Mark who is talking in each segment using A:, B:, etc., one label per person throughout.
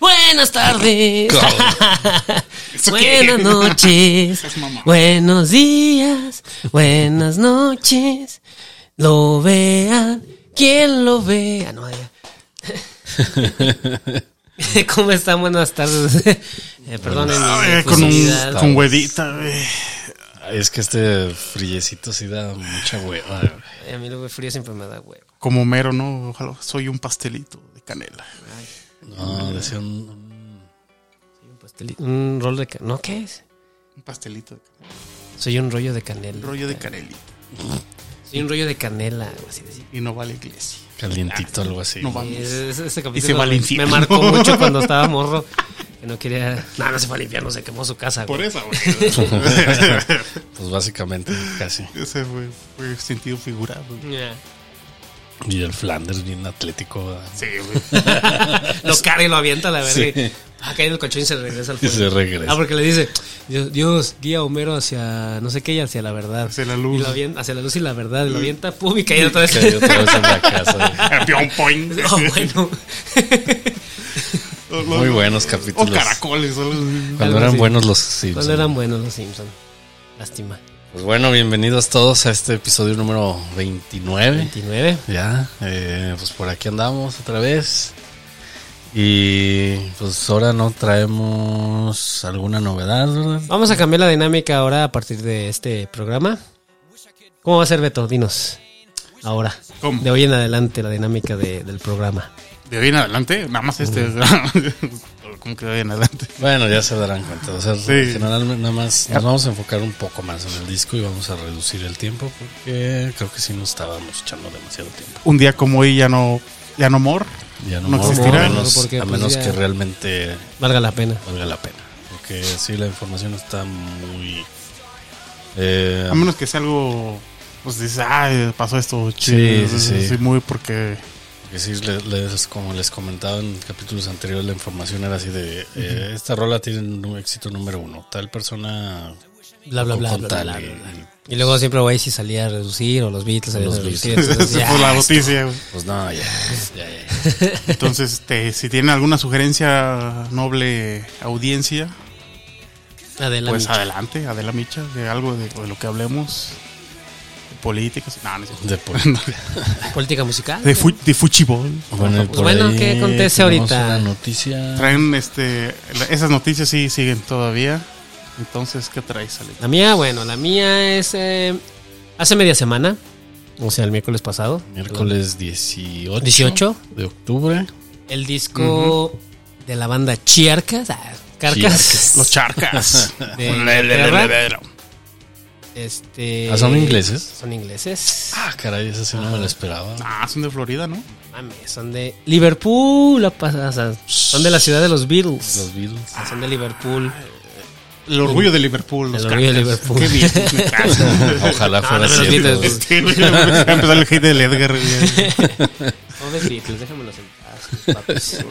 A: Buenas tardes.
B: ¿Eso qué?
A: Buenas noches.
B: Seas mamón.
A: Buenos días. Buenas noches. Lo vean. Quien lo vea. No, ya. ¿Cómo están? Buenas tardes. Eh, perdonen. mi
B: Ay, Ah, con, un,
A: efusividad.
B: con huevita, eh, güey.
C: Es que este friecito sí da mucha hueva. güey.
A: Ay, A mí lo que frío siempre me da huevo.
B: Como mero, ¿no? Ojalá soy un pastelito de canela.
C: No, decía un.
A: Un pastelito. Un rol de canela. ¿No qué es?
B: Un pastelito de canela.
A: Soy un rollo de canela.
B: Un rollo de canelita.
A: Soy un rollo de canela. algo Así decía.
B: Y no vale iglesia.
C: Calientito, algo así.
B: No va.
A: Y Ese, ese- ese capítulo
B: se va al
A: me-
B: infierno.
A: me marcó mucho cuando estaba morro. Que no quería. No, no se fue al infierno, se quemó su casa.
B: Por
A: güey.
B: esa, güey.
C: Pues básicamente, casi.
B: Ese fue, fue sentido figurado. güey.
A: Ya.
C: Y el Flanders bien atlético. ¿verdad?
B: Sí, güey.
A: Lo cara y lo avienta a la verga.
C: Sí.
A: y Ha caído el colchón y se regresa al
C: Y
A: fuego.
C: se regresa.
A: Ah, porque le dice: Dios, Dios, guía a Homero hacia no sé qué y hacia la verdad.
B: Hacia la
A: Y
B: luz.
A: lo avien- hacia la luz y la verdad. Y lo avienta, pum, y caído otra vez.
C: Cayó otra vez en la casa.
B: Pion point.
A: Oh, bueno.
B: O-
C: güey. Muy buenos
B: O
C: capítulos.
B: caracoles. o algo
C: Cuando
A: Algo
C: eran
A: así.
C: buenos los
A: Oh, Cuando
C: Simpsons.
A: eran buenos los Simpsons. Lástima.
C: Pues bueno, bienvenidos todos a este episodio número 29.
A: 29.
C: Ya, eh, pues por aquí andamos otra vez. Y pues ahora no traemos alguna novedad, ¿verdad?
A: Vamos a cambiar la dinámica ahora a partir de este programa. ¿Cómo va a ser, Beto? Dinos. Ahora.
B: ¿Cómo?
A: De hoy en adelante la dinámica de- del programa.
B: así. De hoy en adelante, nada más este. ¿Cómo que de hoy en adelante?
C: Bueno, ya se darán cuenta. O sea,
B: Sí.
C: generalmente nada más nos vamos a enfocar un poco más en el disco y vamos a reducir el tiempo porque creo que sí nos estábamos echando demasiado tiempo.
B: Un día como hoy ya no, ya no mor.
C: Ya no,
B: No
C: vamos,
B: existirá.
C: A menos,
A: Porque,
C: a
A: pues,
C: menos
A: ya-
C: que realmente
A: Valga la pena.
C: valga la pena. Porque sí, la información está muy... eh,
B: A menos que sea algo. Pues dices, ah, pasó esto.
C: Sí,
B: chido,
C: sí, sí.
B: muy porque.
C: porque sí, le- les- como les comentaba en capítulos anteriores, la información era así de... eh, Esta rola tiene un éxito número uno. Tal persona...
A: Bla, bla,
C: con-
A: bla,
C: con
A: bla,
C: tal
A: bla,
C: y-
A: bla, bla. Y luego siempre voy si salía a reducir o los Beatles salían
C: Los
A: a reducir.
C: Beatles.
A: entonces, ya.
B: Por la noticia. güey.
C: Pues no, ya, ya, ya.
B: Entonces, este, si tienen alguna sugerencia, noble audiencia,
A: Adelante.
B: pues adelante, Adela Micha, de algo de, de lo que hablemos. De políticas. No, no es cierto.
C: De por-
A: Política musical.
B: de, fu- de fuchibol.
C: Bueno, y por
A: Bueno,
C: pues ahí
A: ¿qué acontece
C: tenemos
A: ahorita?
C: Una noticia.
B: Traen este. la- Esas noticias sí siguen todavía. Entonces, ¿qué traes, Ale?
A: La mía, bueno, la mía es eh, hace media semana. O sea, el miércoles pasado.
C: Miércoles 18,
A: 18.
C: de octubre.
A: El disco de la banda Chiarcas. ah, Carcas.
C: Chiarcas.
B: Los charcas.
A: De
B: Le- le- le- le- le- le-
A: Este.
C: Ah, ¿son ingleses?
A: Son ingleses.
C: Ah, caray, esa sí no me la esperaba.
B: Ah, son de Florida, ¿no?
A: Mames, son de Liverpool. La pasa- o sea, son de la ciudad de los Beatles.
C: Los Beatles. Ah.
A: O sea, son de Liverpool.
B: El orgullo de Liverpool.
A: El
B: los
A: orgullo de
B: Charcas.
A: Liverpool.
B: Qué bien. me caso.
C: Ojalá
A: No,
C: fuera
A: no me los
C: cierto.
A: Beatles.
B: Sí, güey, va a empezar el hate del Edgar. güey.
A: Son de Beatles, déjamelo
C: Ah,
A: sentar. Pues,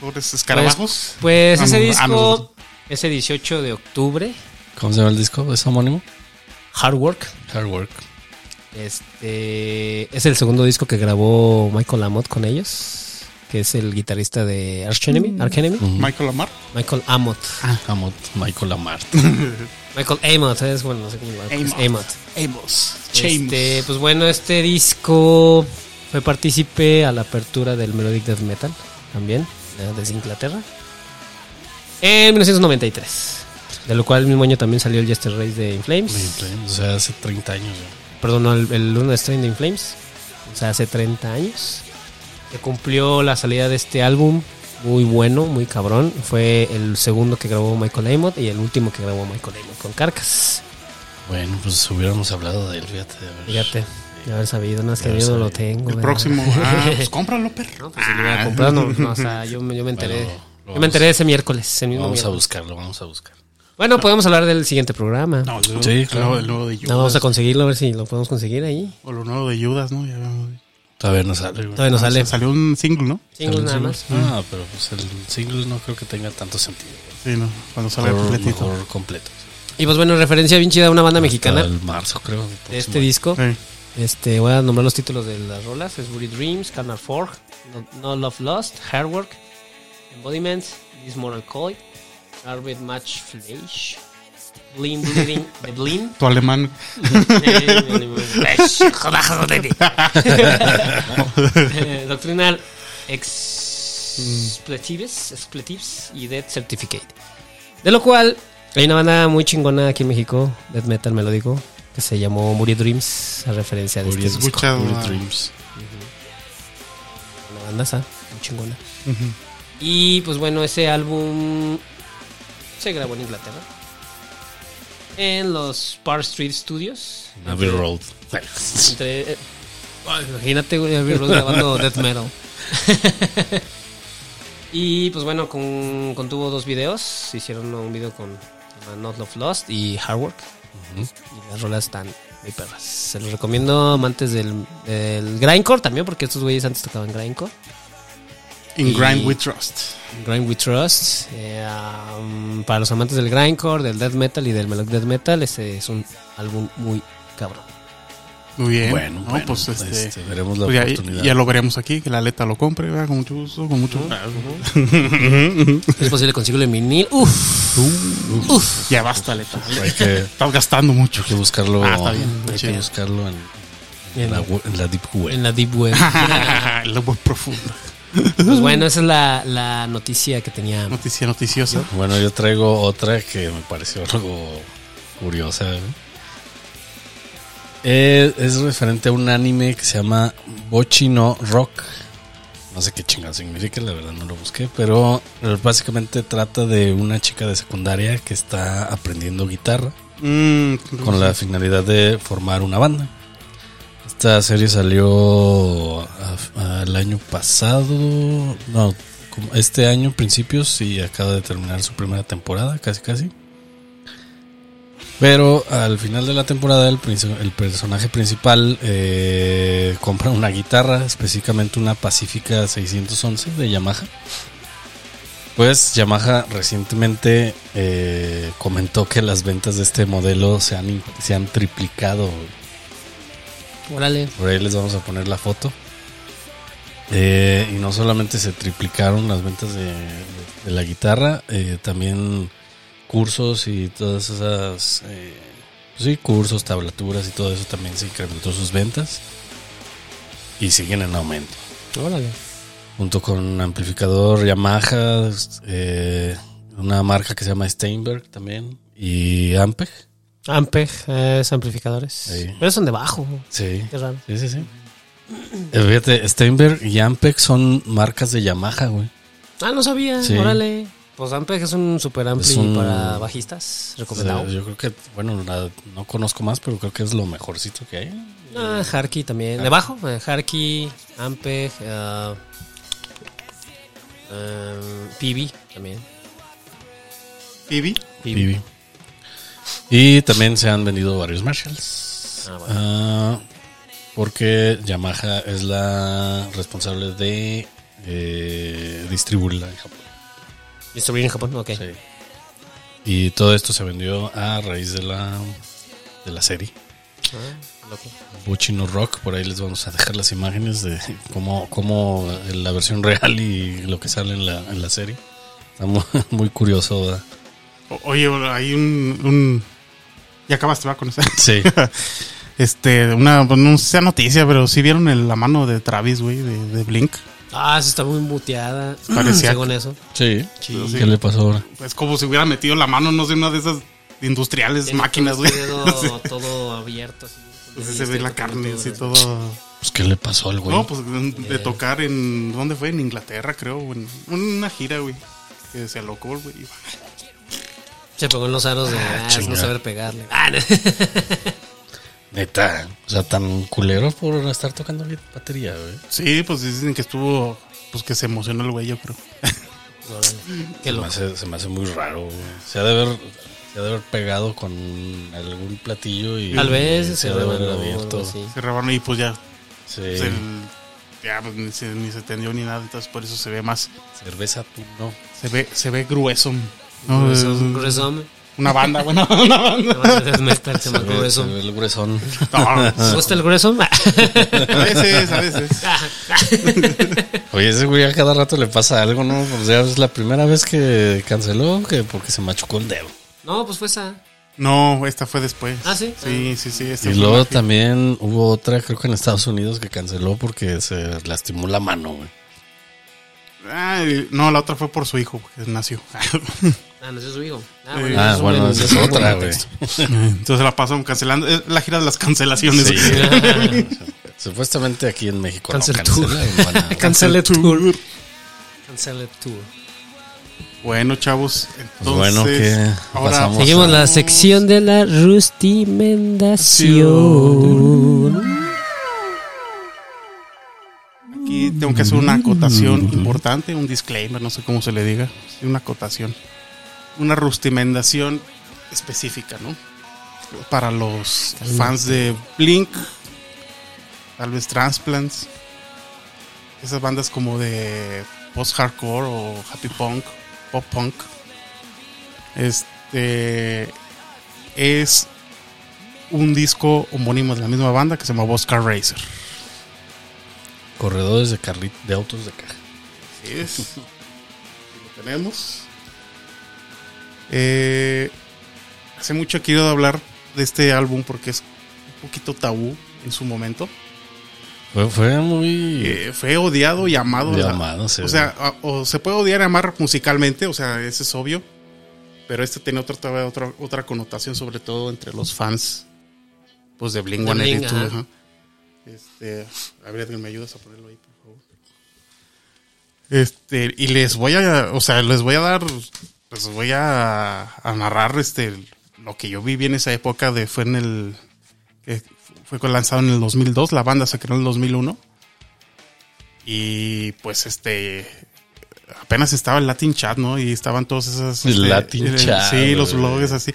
B: Pobres escarabajos.
A: pues ese
B: Vamos, vamos.
A: disco, ese 18 de octubre,
C: ¿Cómo se llama el disco? ¿Es homónimo?
A: Hard Work,
C: Hard Work.
A: este, es el segundo disco que grabó Michael Amott con ellos, que es el guitarrista de Arch Enemy, Arch Enemy.
C: Mm.
B: Michael Lamar.
A: Michael Amott.
C: Amot, Michael Amart.
A: Michael Amott, es bueno, no sé cómo lo es Amott.
B: Amos. James.
A: Este, pues bueno, este disco fue partícipe a la apertura del Melodic Death Metal, también, eh, desde Inglaterra, en 1993. De lo cual el mismo año también salió el Jester Race de Inflames.
C: o sea, hace 30 años. ya.
A: Perdón, no, el, el Luna Strain de Inflames. O sea, hace 30 años. Que cumplió la salida de este álbum. Muy bueno, muy cabrón. Fue el segundo que grabó Michael Amott y el último que grabó Michael Amott con Carcas.
C: Bueno, pues hubiéramos hablado de él, fíjate. a ver.
A: Fíjate, de haber sabido, no es que
C: De haber
A: yo no lo
C: sabido.
A: tengo.
B: El
A: ¿verdad?
B: próximo. Ah, pues cómpralo, perro. Ah.
A: No, pues si lo hubiera comprado, no, no, o sea, yo, me- yo me enteré.
C: Bueno, lo
A: yo me enteré ese miércoles, ese mismo
C: Vamos a
A: miércoles.
C: buscarlo, vamos a buscar.
A: Bueno, podemos hablar del siguiente programa.
B: No, lo,
C: Sí, claro.
B: lo nuevo de
A: No,
B: Judas.
A: vamos a conseguirlo, a ver si lo podemos conseguir ahí.
B: O lo nuevo de Judas, ¿no? Ya vemos.
C: Todavía no sale. güey.
A: Todavía no sale.
B: Salió un single, ¿no?
A: Single nada más.
C: Ah, pero pues el single no creo que tenga tanto sentido.
B: Sí, no. Cuando salga
C: Mejor,
B: completito.
C: mejor completo.
A: Y pues bueno, referencia bien chida a una banda mexicana
C: Hasta el marzo, creo. del
A: de
C: próximo
A: este disco.
B: Sí.
A: Este, voy a nombrar los títulos de las rolas. Es Buried Dreams, Canal Forge, No, No Love Lost, Hard Work, Embodiment, Dismoral Coil, Arbit Match Flesh, Blim Bleeding, The Blim.
B: Tu alemán.
A: Eh, Doctrinal Expletives, Expletives y Death Certificate. De lo cual, hay una banda muy chingona aquí en México, Death Metal Melódico, que se llamó Muri Dreams, a referencia de
C: Puri
A: este
C: Dreams.
A: disco.
B: escuchado
C: Puri
B: a-
C: Dreams.
A: Una bandaza, muy chingona. Y pues bueno, ese álbum se grabó en Inglaterra. En los Par Street Studios.
C: Abbey Road.
A: Entre- eh, ay, imagínate, güey, Abbey Road grabando death metal. y pues bueno, con, contuvo dos videos. Hicieron un video con se llama Not Love Lost y Hard Work. Y las rolas están muy perras. Se los recomiendo amantes del, del grindcore también, porque estos güeyes antes tocaban grindcore.
B: In
A: Y-
B: Grind We Trust.
A: Grind We Trust. eh, um, para los amantes del grindcore, del death metal y del melodic death metal, este es un álbum muy cabrón.
B: Muy bien.
C: Bueno,
B: No,
C: bueno,
B: pues este.
C: este, veremos la
B: pues ya,
C: oportunidad.
B: ya lo veremos aquí, que la aleta lo compre, ¿verdad? Con mucho gusto, con mucho
C: Ah,
A: Es posible conseguirlo en vinil. Uf, uf.
B: Ya basta, aleta.
C: Hay que,
B: Estás gastando mucho.
C: hay que buscarlo.
B: Ah, está bien,
C: hay que
B: chido.
C: buscarlo en, en
A: En-
C: la, we- en la Deep Web.
A: En la Deep Web.
B: lo voz profundo.
A: Pues bueno, esa es la, la noticia que tenía.
B: Noticia noticiosa.
C: Bueno, yo traigo otra que me pareció algo curiosa. ¿eh? Eh, es referente a un anime que se llama Bochi no Rock. No sé qué chingado significa, la verdad no lo busqué, pero eh, básicamente trata de una chica de secundaria que está aprendiendo guitarra
B: Mm,
C: con la finalidad de formar una banda. Esta serie salió a- al año pasado, no, como este año principios y acaba de terminar su primera temporada, casi casi. Pero al final de la temporada el, princ- el personaje principal eh, compra una guitarra, específicamente una Pacifica 611 de Yamaha. Pues Yamaha recientemente eh, comentó que las ventas de este modelo se han, in- se han triplicado.
A: Órale.
C: Por ahí les vamos a poner la foto. Eh, y no solamente se triplicaron las ventas de, de la guitarra, eh, también cursos y todas esas... eh, pues sí, cursos, tablaturas y todo eso también se incrementó sus ventas. Y siguen en aumento
A: Órale.
C: junto con un amplificador Yamaha, eh, una marca que se llama Steinberg también y Ampeg.
A: Ampeg, eh, es amplificadores.
C: Sí.
A: Pero son de bajo.
C: Sí,
A: Qué raro.
C: sí, sí, sí. Eh, Fíjate, Steinberg y Ampeg son marcas de Yamaha, güey.
A: Ah, no sabía.
C: Sí.
A: Órale. Pues Ampeg es un super ampli
C: Es un-
A: para bajistas.
C: O sea,
A: Recomendado.
C: yo creo que, bueno, la- no conozco más, pero creo que es lo mejorcito que hay.
A: Ah, Harky también. De bajo, eh, Harky, Ampeg, ah, em, PB también.
B: Phoebe.
A: PB.
C: Vivi. Y también se han vendido varios Marshalls.
A: Ah, bueno.
C: Ah, porque Yamaha es la responsable de eh, distribuirla en Japón.
A: Distribuir en Japón, ok.
C: Sí. Y todo esto se vendió a raíz de la, de la serie.
A: Ah, loco.
C: Buchino Rock, por ahí les vamos a dejar las imágenes de cómo, cómo eh, la versión real y lo que sale en la, en la serie. Está mu- muy, curioso. ¿verdad?
B: O- Oye, hay un, un- Ya acabaste, va con esa.
C: Sí,
B: Este, una, no sé sea noticia, pero sí vieron el- la mano de Travis, güey, de, de Blink.
A: Ah, sí, está muy muteada.
B: Parecía-
A: Según eso.
C: sí.
B: Sí.
C: ¿Qué le pasó ahora?
B: Es como si hubiera metido la mano, no sé, una de esas industriales
A: Tiene
B: máquinas,
A: todo
B: güey.
A: el dedo
B: Entonces,
A: todo abierto. así.
B: se ve la carne así todo.
C: Pues, ¿Qué le pasó al güey?
B: No, pues de
A: Eh.
B: de tocar en. ¿Dónde fue? En Inglaterra, creo. o En una gira, güey. Que se alocó, güey.
A: Se pegó en los aros de ah, es no
C: chingada.
A: saber pegarle. Ah, no.
C: Neta, o sea, tan culero por estar tocando la batería, güey.
B: Sí, pues dicen que estuvo. Pues que se emocionó el güey, yo creo.
A: Órale, Qué
C: Se me,
A: loco.
C: hace, se me hace muy raro, güey. Se ha de haber, se ha de haber pegado con algún platillo y.
A: Tal vez
C: y
A: se
C: se ha de haber
A: rebanó,
C: abierto.
A: algo así.
B: Se rebaron y pues ya.
C: Sí.
B: pues, el- ya pues, ni, se, ni se tendió ni nada. Entonces por eso se ve más.
C: Cerveza, tú no.
B: Se ve, se ve grueso. ¿no? eh,
A: Grueso-
B: Es un-
A: grueso, hombre.
B: Una banda, bueno, una banda.
A: No, es metal, se me
C: Se ve-
A: grueso.
C: se ve el gruesón.
A: ¿Te
B: No,
A: gusta el grueso?
B: a veces, a veces.
C: Oye, ese güey a cada rato le pasa algo, ¿no? O sea, es la primera vez que canceló que porque se machucó el dedo.
A: no, pues fue esa.
B: No, esta fue después.
A: Ah, ¿sí?
B: Sí, sí, sí. esta
C: Y
B: fue
C: luego
B: la que-
C: también hubo otra, creo que en Estados Unidos, que canceló porque se lastimó la mano, güey.
B: Ay, no, la otra fue por su hijo, porque nació.
A: Ah, no, ese es su hijo. Ah,
B: Sí.
C: Ah,
A: es un
C: bueno,
A: buen-
C: esa es
A: un buen
C: otra, güey.
A: contexto.
B: Entonces la pasaron cancelando. Es la gira de las cancelaciones.
C: Sí. Supuestamente aquí en México
A: Cancel
C: no
A: tour.
C: cancela. en Guanajuato.
A: Cancel tour. Cancel tour.
B: Bueno, chavos. Entonces,
C: Pues bueno, ¿qué
B: ahora
C: pasamos?
A: Seguimos la sección de la rustimendación.
B: Aquí tengo que hacer una acotación importante, un disclaimer, no sé cómo se le diga. Sí, Una acotación. Una rustimendación específica, ¿no? Para los fans de Blink, tal vez Transplants, esas bandas como de post-hardcore o happy punk, pop punk. Este es un disco homónimo de la misma banda que se llama Boscar Racer.
C: Corredores de carri- de autos de caja.
B: Así es. Aquí lo tenemos. Eh, hace mucho he querido hablar de este álbum porque es un poquito tabú en su momento.
C: Fue, fue muy
B: Eh, fue odiado y amado. la-
C: llamado, sí,
B: o sea, a- o se puede odiar y amar musicalmente, o sea, eso es obvio. Pero este tiene otra, todavía otra, otra connotación, sobre todo entre los fans pues de Blink
A: De Blink,
B: 182.
A: ajá.
B: ajá. Este, a ver, Edwin, me ayudas a ponerlo ahí, por favor. Este, y les voy a, o sea, les voy a dar, pues voy a, a narrar este, lo que yo viví en esa época de, fue en el, que fue lanzado en el 2002, la banda se creó en el 2001. Y pues este, apenas estaba el Latin Chat, ¿no? Y estaban todas esas...
C: El
B: este,
C: Latin Chat,
B: Sí, los
C: güey.
B: blogs así.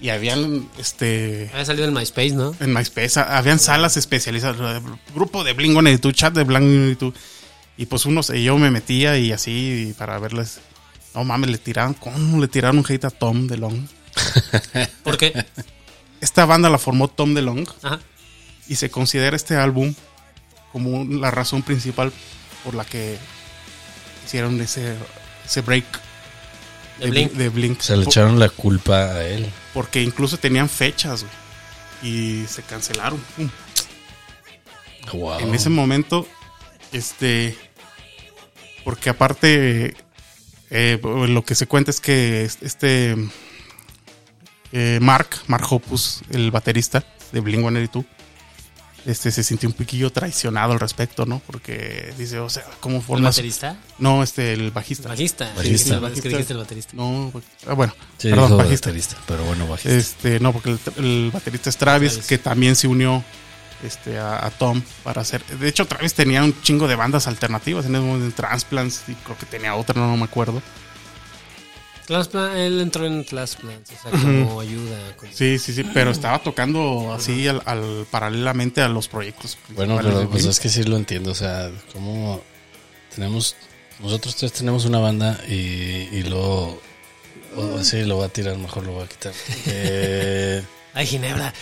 B: Y habían, este,
A: Había salido el MySpace, ¿no?
B: en MySpace a- habían salas especializadas, grupo de Bling y tu chat de Bling y tu y pues unos y yo me metía y así y para verles. No mames, le tiraron, ¿cómo le tiraron un hate a Tom DeLong?
A: ¿Por qué?
B: Esta banda la formó Tom DeLong
A: Ajá.
B: y se considera este álbum como un- la razón principal por la que hicieron ese, ese break
A: De Blink.
B: Bl- de Blink.
C: se le
B: Por-
C: echaron la culpa a él.
B: Porque incluso tenían fechas, güey. Y se cancelaron. Pum.
C: Wow.
B: en ese momento, este, porque aparte, eh, lo que se cuenta es que este eh, Mark, Mark Hoppus, el baterista de Bling 182, este se sintió un poquillo traicionado al respecto, ¿no? Porque dice, o sea, ¿cómo
A: ¿El
B: formas?
A: baterista?
B: No, este, el bajista.
A: Bajista.
C: Bajista.
A: Sí, Es que dijiste el baterista.
B: No, ah, bueno,
C: Sí,
B: perdón,
C: dijo
B: bajista.
C: baterista, pero bueno, bajista.
B: Este, no, porque el, el baterista es Travis,
A: Travis.
B: que también se unió este, a, a Tom para hacer. De hecho, Travis tenía un chingo de bandas alternativas en ese momento, Transplants, y creo que tenía otra, no, no me acuerdo.
A: Transplant, pues, él entró en Transplant, o sea, como ayuda. con-
B: Sí, sí, sí, pero estaba tocando así al, al- paralelamente a los proyectos.
C: Bueno,
B: principales
C: pero
B: de
C: pues
B: Blink.
C: es que sí lo entiendo. O sea, como tenemos. Nosotros tres tenemos una banda y, y luego. o- sí, lo va a tirar, mejor lo va a quitar. Eh,
A: Ay, Ginebra.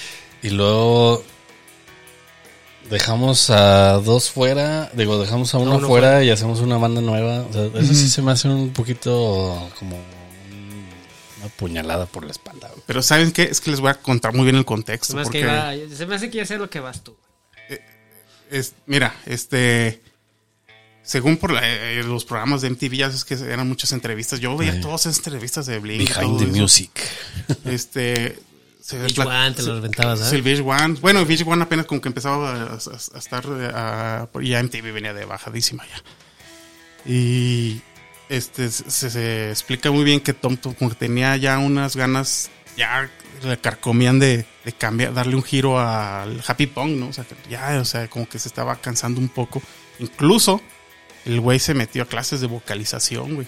C: y luego. Dejamos a dos fuera, digo, dejamos a uno,
A: uno
C: fuera, y hacemos una banda nueva. O sea, eso sí se me hace un poquito como un- una puñalada por la espalda. güey.
B: Pero ¿saben qué? Es que les voy a contar muy bien el
A: Se
B: contexto.
A: me, hace que
B: Porque,
A: iba- se me hace que ya sé lo que vas tú.
B: es- mira, este... Según por la- eh, los programas de MTV, ya sabes que eran muchas entrevistas. Yo veía
C: Sí.
B: todas esas entrevistas de Blink. y
C: Behind
B: todo
C: the
B: eso.
C: music.
B: Este. Se
A: El
B: plat-
A: Juan te
B: se-
A: lo reventabas, ¿sabes?
B: Sí, el VH1. Bueno, VH1 apenas como que empezaba a, a- a estar. A, a- ya MTV venía de bajadísima ya. Y. Este, se, se explica muy bien que Tom Tom como que tenía ya unas ganas. Ya le carcomían de, de cambiar, darle un giro al Happy Pong, ¿no? O sea, que ya, o sea, como que se estaba cansando un poco. Incluso el güey se metió a clases de vocalización, güey.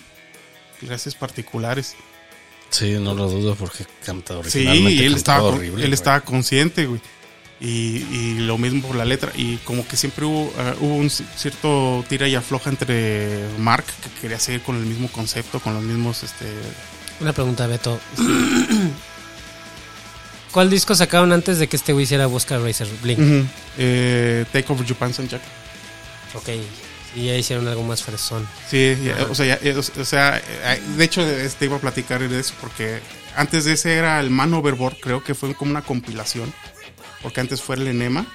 B: Clases particulares.
C: Sí, no lo dudo porque canta
B: Sí,
C: originalmente.
B: y él
C: cantaba
B: estaba, con-
C: horrible,
B: él
C: güey.
B: estaba consciente, güey. Y, y lo mismo por la letra. Y como que siempre hubo, ah, hubo un ci- cierto tira y afloja entre Mark, que quería seguir con el mismo concepto, con los mismos, este...
A: Una pregunta, Beto. ¿Cuál disco sacaron antes de que este güey hiciera Busca Racer Blink?
B: Ujú. Eh, Take Over Japan Jack. Mm.
A: Ok. Y ya hicieron algo más fresón.
B: Sí, ya, o sea, ya, eh, o o sea, eh, de hecho este iba a platicar de eso porque antes de ese era el Man Overboard, creo que fue como una compilación, porque antes fue el Enema,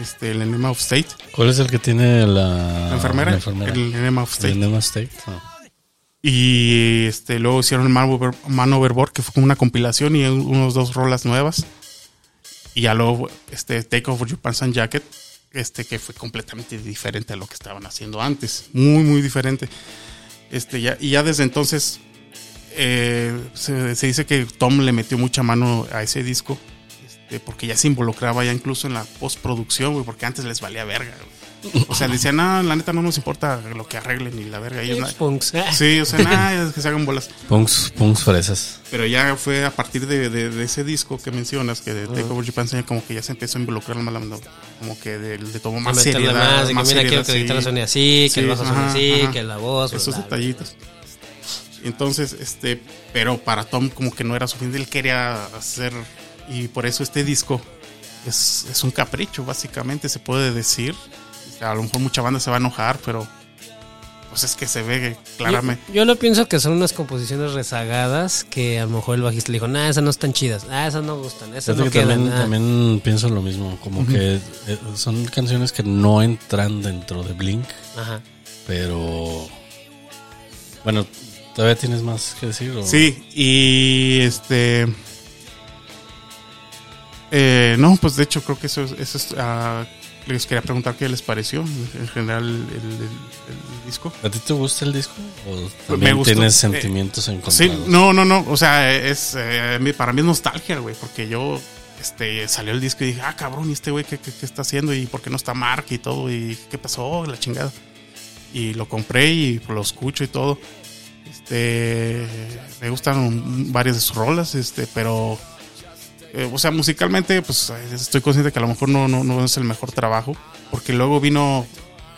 B: este, el Enema of State,
C: ¿Cuál es el que tiene la,
B: la, enfermera,
C: Ah, la enfermera?
B: el Enema of
C: ¿El
B: State.
C: Enema State? Ah.
B: Y este, luego hicieron el Man, Over- Man Overboard, que fue como una compilación y un- unos dos rolas nuevas. Y ya luego este, Take Off Your Pants and Jacket, este, que fue completamente diferente a lo que estaban haciendo antes. Muy, muy diferente. Este, ya, y ya desde entonces eh, se, se dice que Tom le metió mucha mano a ese disco. este, porque ya se involucraba ya incluso en la postproducción, güey, porque antes les valía verga. güey. O sea, decían, no, la neta no nos importa lo que arreglen ni la verga. Ellos, na-
A: Punks.
B: Sí, o sea, nada, es que se hagan bolas.
C: Punks, punks fresas.
B: Pero ya fue a partir de, de- de ese disco que mencionas, que de Take Over Japan, Sonia, como que ya se empezó a involucrar más la banda, como que de- le tomó
A: Más
B: más
A: meterle
B: seriedad.
A: más, de que
B: más
A: mira, quiero
B: seriedad,
A: que
B: sí.
A: la guitarra suene así, que
B: Sí,
A: el bajo suene
B: ajá,
A: así,
B: ajá.
A: que la voz. bla,
B: Esos
A: bla, bla.
B: detallitos. Entonces, este, pero para Tom como que no era su fin, él quería hacer, y por eso este disco es, es un capricho, básicamente, se puede decir. O sea, A lo mejor mucha banda se va a enojar, pero pues es que se ve claramente.
A: Yo, yo lo pienso que son unas composiciones rezagadas que a lo mejor el bajista le dijo, nah, esas no están chidas, ah, esas no gustan, esas
C: Fíjate
A: no
C: que
A: quedan.
C: también,
A: ah".
C: también pienso lo mismo, como que eh, son canciones que no entran dentro de Blink,
A: Ajá.
C: pero bueno, todavía tienes más que decir. o-
B: Sí, y este. eh, no, pues de hecho creo que eso, es- eso es. ah, les quería preguntar qué les pareció en general el, el- el disco.
C: ¿A ti te gusta el disco? ¿O también
B: gustó.
C: tienes
B: Eh,
C: sentimientos encontrados?
B: Sí, no, no, no. O sea, es eh, mi- para mí es nostalgia, güey, porque yo este salió el disco y dije, ah, cabrón, ¿y este güey qué, qué- qué está haciendo? ¿Y por qué no está Mark y todo? ¿Y qué pasó? La chingada. Y lo compré y pues, lo escucho y todo. Este, me gustan varias de sus rolas, este, pero, eh, o sea, musicalmente, pues eh, estoy consciente que a lo mejor no, no, no es el mejor trabajo, porque luego vino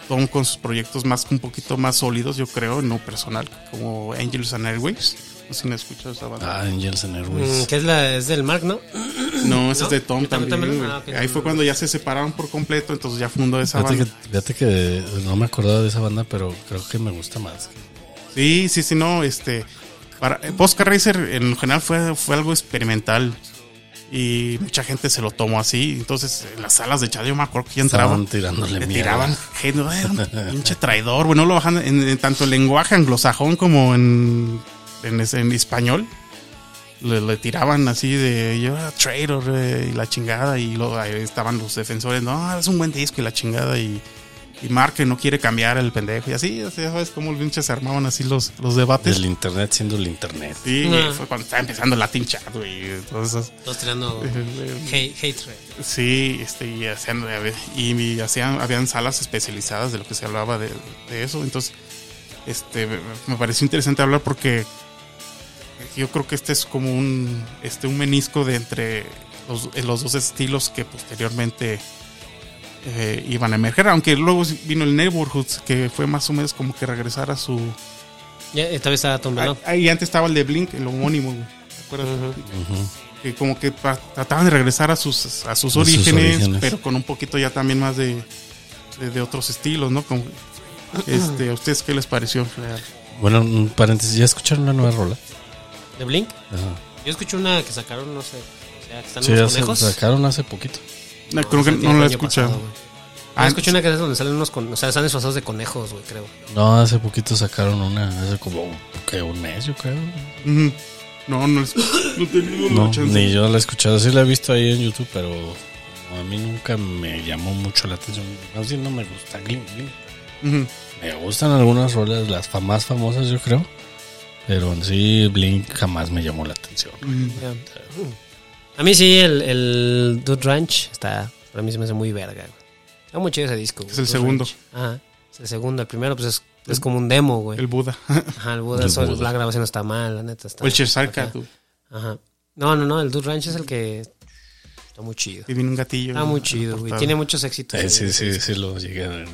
B: Tom con sus proyectos más un poquito más sólidos, yo creo, en lo personal, como Angels and Airwaves. No sé si me escuchas esa banda.
C: Ah, Angels and
A: Mm,
C: Airways.
A: que es, la, es del Mark, ¿no?
B: no, esa
A: ¿no?
B: es de Tom
A: ¿Y también-
B: también.
A: también?
B: güey.
A: Ah, ok.
B: Ahí fue cuando ya se separaron por completo, entonces ya fundó esa
C: Fíjate que,
B: banda.
C: fíjate que no me acordaba de esa banda, pero creo que me gusta más.
B: Sí, sí, sí, no, este. Para, eh, Posca Racer en general fue, fue algo experimental. Y mucha gente se lo tomó así. Entonces, en las salas de chat, yo me acuerdo que ya
C: Estaban
B: entraban.
C: tirándole
B: Le
C: mierda.
B: tiraban gente, "Ay, era un pinche traidor, güey. No lo bajan en, en tanto el lenguaje anglosajón como en, en, ese- en español. Le, le tiraban así de yo era traitor eh, y la chingada. Y luego ahí estaban los defensores, no, es un buen disco y la chingada. Y, y Mark que no quiere cambiar el pendejo. Y así, ya sabes cómo los pinches se armaban así los, los debates.
C: Del internet siendo el internet.
B: Sí,
A: Ah.
B: fue cuando estaba empezando Latin Chat, güey. y todas esas- Eh,
A: Todos tirando hate, hate thread.
B: Sí, este, y hacían, y, y hacían, habían salas especializadas de lo que se hablaba de, de eso. Entonces, este, me- me pareció interesante hablar porque yo creo que este es como un, este, un menisco de entre los, eh, los dos estilos que posteriormente eh, iban a emerger. Aunque luego vino el Neighborhoods, que fue más o menos como que regresar a su.
A: Ya, eh, todavía estaba Tom Bellot.
B: Ahí antes estaba el de Blink, el homónimo, güey. ¿Te acuerdas?
C: Ujú.
B: que como que pa- trataban de regresar a sus a sus
C: A sus
B: orígenes,
C: orígenes.
B: pero con un poquito ya también más de, de, de otros estilos, ¿no? Como, este, ¿A ustedes qué les pareció?
C: Bueno, un paréntesis, ¿ya escucharon la nueva rola?
A: ¿De Blink?
C: Ajá.
A: Yo escuché una que sacaron, no sé. O sea, que están
C: Sí,
A: unos
C: ya se
A: conejos.
C: sacaron hace poquito.
B: No, creo
A: esa
B: que no
A: tiene pues el
B: la he
A: año pasado,
B: escuchado.
A: güey.
B: Ah,
A: Yo escuché una que es donde salen unos con, o sea, están disfrazados de conejos, güey, creo.
C: No, hace poquito sacaron una, hace como ¿qué? un mes, yo creo.
B: ujú. No, no, les- no he tenido la
C: No,
B: chance.
C: ni yo la he escuchado, sí la he visto ahí en YouTube, pero a mí nunca me llamó mucho la atención. Más bien no me gusta Blink, Blink.
B: Ujú.
C: Me gustan algunas rolas, las fa- más famosas, yo creo. Pero en sí, Blink jamás me llamó la atención.
A: Mm. A mí sí, el, el Dude Ranch está, para mí se me hace muy verga. güey. Está muy chido ese disco. güey,
B: Es el
A: Dude
B: segundo.
A: Ranch. Ajá, es el segundo. El primero, pues es, es como un demo, güey.
B: El Buda.
A: Ajá, el Buda,
C: El
A: eso,
C: Buda.
A: la grabación está mal, la neta. Está,
B: o el Chesarca.
A: acá. Ajá. No, no, no, el Dude Ranch es el que está muy chido.
B: Y viene un gatillo.
A: Está Ah,
B: en
A: muy
B: la
A: chido, güey.
B: portada.
A: Tiene muchos éxitos.
C: Eh,
A: güey.
C: sí, sí, sí, lo llegué a ver.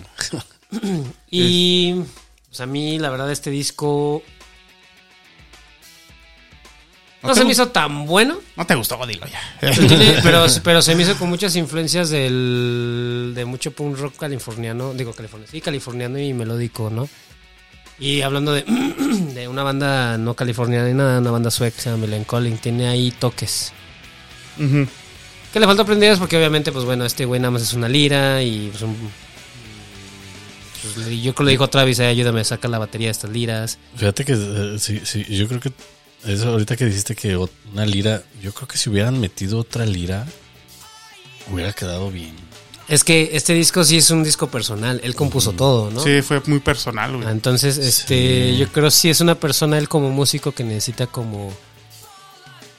A: Y pues a mí la verdad este disco No,
B: ¿No
A: se
B: te
A: me
B: gu-
A: hizo tan bueno,
B: No te gustó, dilo ya.
A: tiene- pero, pero se me hizo con muchas influencias del, de mucho punk rock californiano, digo californiano, sí, californiano y melódico, ¿no? Y hablando de, de una banda no californiana, una banda sueca que se llama Melancholy, tiene ahí toques.
B: Ujú.
A: Que le falta aprender es porque obviamente, pues bueno, este güey nada más es una lira y pues, un- pues, le- yo creo que le dijo a Travis, "Ay, ayúdame a sacar la batería de estas liras.
C: Fíjate que eh, sí, sí, yo creo que eso ahorita que dijiste que ot- una lira, yo creo que si hubieran metido otra lira, hubiera quedado bien.
A: Es que este disco sí es un disco personal, él compuso todo, ¿no?
B: Sí, fue muy personal, güey.
A: Entonces, este,
C: Sí.
A: yo creo sí es una persona él como músico que necesita como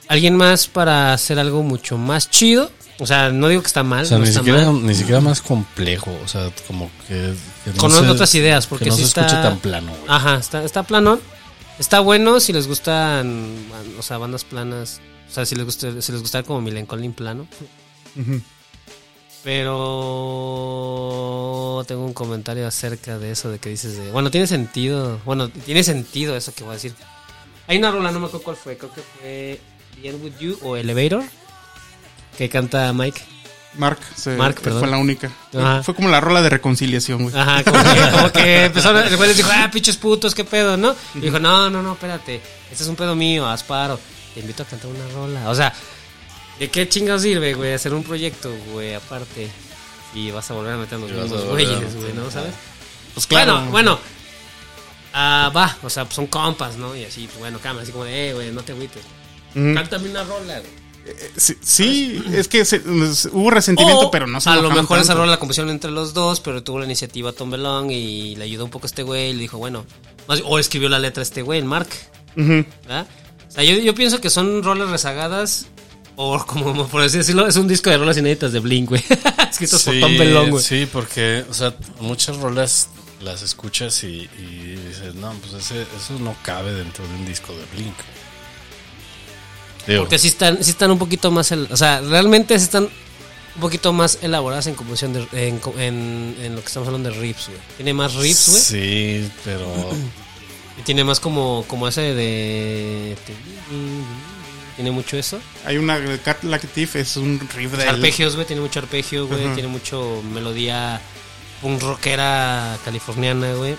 A: alguien más para hacer algo mucho más chido. O sea, no digo que está mal,
C: O sea,
A: no
C: ni
A: está
C: siquiera,
A: mal.
C: ni siquiera más complejo. O sea, como que. que no
A: Con
C: se-
A: otras ideas, porque
C: que no
A: sí
C: se
A: está-
C: escuche tan plano, güey.
A: Ajá, está, está planón. Está bueno si les gustan, o sea, bandas planas. O sea, si les gusta, si les gusta como Milencolin plano.
B: Ujú.
A: Pero tengo un comentario acerca de eso de que dices de, bueno, tiene sentido, bueno, tiene sentido eso que voy a decir. Hay una rola, no me acuerdo cuál fue, creo que fue The End With You o Elevator que canta Mike.
B: Mark, se-
A: Mark, perdón.
B: fue la única.
A: Ajá. Ah,
B: Fue como la rola de reconciliación, güey.
A: Ajá, como que, como que empezaron, el güey les dijo, ah, pinches putos, qué pedo, ¿no? Y dijo, no, no, no, espérate, este es un pedo mío, Asparo, te invito a cantar una rola. O sea, ¿de qué chingados sirve, güey, hacer un proyecto, güey, aparte? Y vas a volver a meter a los
C: Y vas a
A: mismos
C: volver a
A: güeyes,
C: meter-
A: güey, ¿no? ¿Sabes?
B: Pues
A: Bueno, bueno. Ah, va, o sea, pues son compas, ¿no? Y así, pues, bueno, cámara, así como de, eh, güey, no te agüites.
C: Mm.
B: Ujú. Eh,
A: Cántame una rola, güey.
B: Sí, sí, es que se- es- hubo resentimiento,
A: O,
B: pero no se
A: A lo
B: enojaron
A: mejor esa
B: tanto.
A: rola la compusieron entre los dos, pero tuvo la iniciativa Tom Belong y le ayudó un poco a este güey y le dijo, bueno. más- o escribió la letra este güey, el Mark,
B: Ujú.
A: ¿verdad? O sea, yo, yo pienso que son rolas rezagadas. O como por así decirlo, es un disco de rolas inéditas de Blink, güey. Escritos por Tom Belong, güey.
C: Sí, porque, o sea, muchas rolas las escuchas y, y dices, no, pues ese- eso no cabe dentro de un disco de Blink. Digo,
A: Porque sí están, sí están un poquito más. el- o sea, realmente sí están un poquito más elaboradas en composición de, en, co- en- en lo que estamos hablando de riffs, güey. Tiene más riffs, güey.
C: Sí, pero.
A: Y tiene más como, como ese de. Tiene mucho eso.
B: Hay una de Cat Black Thief, es un riff de
A: Arpegios, güey. Tiene mucho arpegio, güey. Tiene mucho melodía punk rockera californiana, güey.